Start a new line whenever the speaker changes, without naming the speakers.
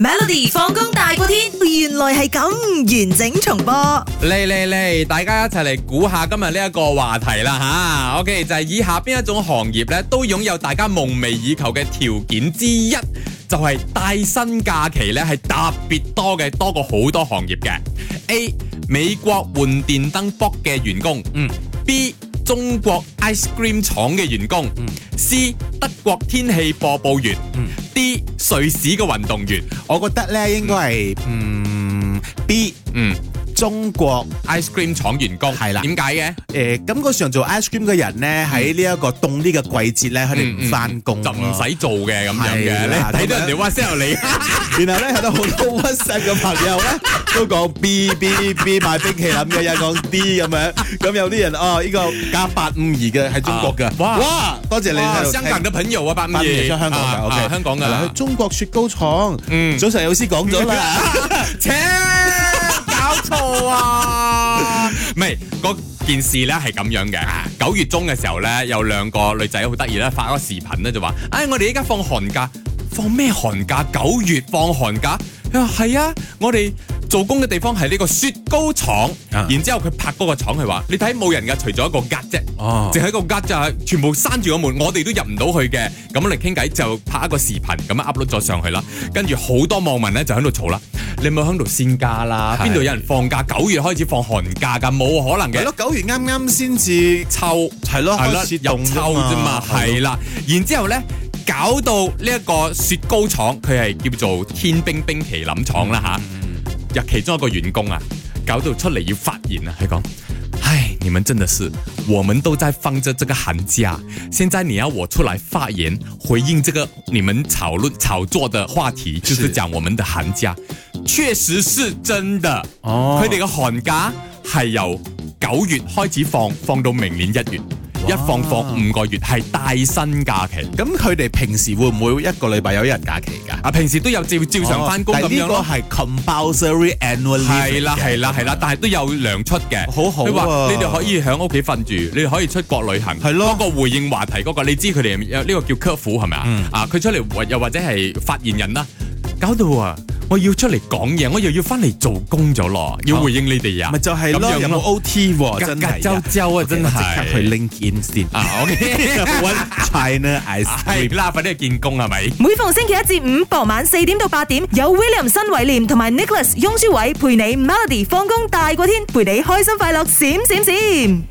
Melody 放工大過天，原來係咁完整重播。
嚟嚟嚟，大家一齊嚟估下今日呢一個話題啦吓。OK，就係以下邊一種行業咧，都擁有大家夢寐以求嘅條件之一，就係帶薪假期咧係特別多嘅，多過好多行業嘅。A 美國換電燈 b 嘅員工，
嗯
；B 中國 ice cream 廠嘅員工、
嗯
c 德國天氣播報員、
嗯
d 瑞士嘅運動員。
我覺得咧應該係嗯 B
嗯
中國
，ice cream 廠員工
係啦
點解嘅？
誒感覺上做 ice cream 嘅人咧，喺呢一個凍啲嘅季節咧，佢哋唔翻工
就
咯
唔使做嘅咁樣嘅，
係
你
啦
睇到
咁樣
人哋 WhatsApp 你，
然後咧，睇到好多 WhatsApp 嘅 朋友咧，都講 B B B 買冰淇淋嘅，有講 D 咁樣。咁有啲人哦，呢個加八五二嘅喺中國嘅
啊。哇
哇！多謝你喺度
香港嘅朋友啊，八五
八五
二
二香港
啊
嘅
啊
，OK，
香港
係啦
嘅，
中國雪糕廠。
嗯
早晨有師 講咗啦，
切搞錯啊！唔係嗰件事咧係咁樣嘅，九月中嘅時候咧，有兩個女仔好得意咧，發咗個視頻咧就話：，唉、我哋依家放寒假，放咩寒假？九月放寒假，佢話係啊，我哋。做工嘅地方係呢個雪糕廠，
啊
然之後佢拍嗰個廠，佢話：你睇冇人㗎，除咗一個格啫。
哦
淨係一個格就係全部閂住個門，我哋都入唔到去嘅。咁我哋傾偈就拍一個視頻咁樣啊 upload 咗上去啦。跟住好多網民咧就喺度嘈啦，你咪喺度先假啦，
係
邊度有人放假？九月開始放寒假㗎，冇可能
係
嘅
咯，。九月啱啱先至
臭
係咯，
係啦
開始，
入
凍
臭啫嘛，
係
係啦。然之後咧，搞到呢一個雪糕廠，佢係叫做天冰冰淇淋廠啦吓。有其中一個員工啊，搞到出嚟要發言啊，佢講：，唉，你們真的是，我們都在放着這個寒假，現在你要我出來發言回應這個你們討論炒作的話題，就是
是
講我們的寒假，確實是真的。
哦
佢哋嘅寒假係由九月開始放，放到明年一月，一放放五個月，係帶薪假期。
咁佢哋平時會唔會一個禮拜有一日假期㗎？
啊，平時都有照照常翻工咁樣咯。
但呢個係 compulsory annual leave
係啦係啦係啦，但係都有糧出嘅，
好好啊
佢話你哋可以喺屋企瞓住，你哋可以出國旅行。
係咯
嗰個回應話題嗰個，你知佢哋有呢個叫 c 虎係咪啊
嗯？
啊，佢出嚟或又或者係發言人啦，搞到啊，我要出嚟講嘢，我又要翻嚟做工咗咯，要回應你哋啊，
哦咪就係
咁
咯，
樣
有冇 OT 喎？真係
周
啊
周啊，真
我即刻去
係
LinkedIn 先。
啊，OK，
What China ice
係
cream？
啦，快啲去見工係咪？
每逢星期一至五傍晚四點到八點，有 William 新偉廉同埋 Nicholas 雍舒偉陪你 Melody 放工大過天，陪你開心快樂閃閃閃。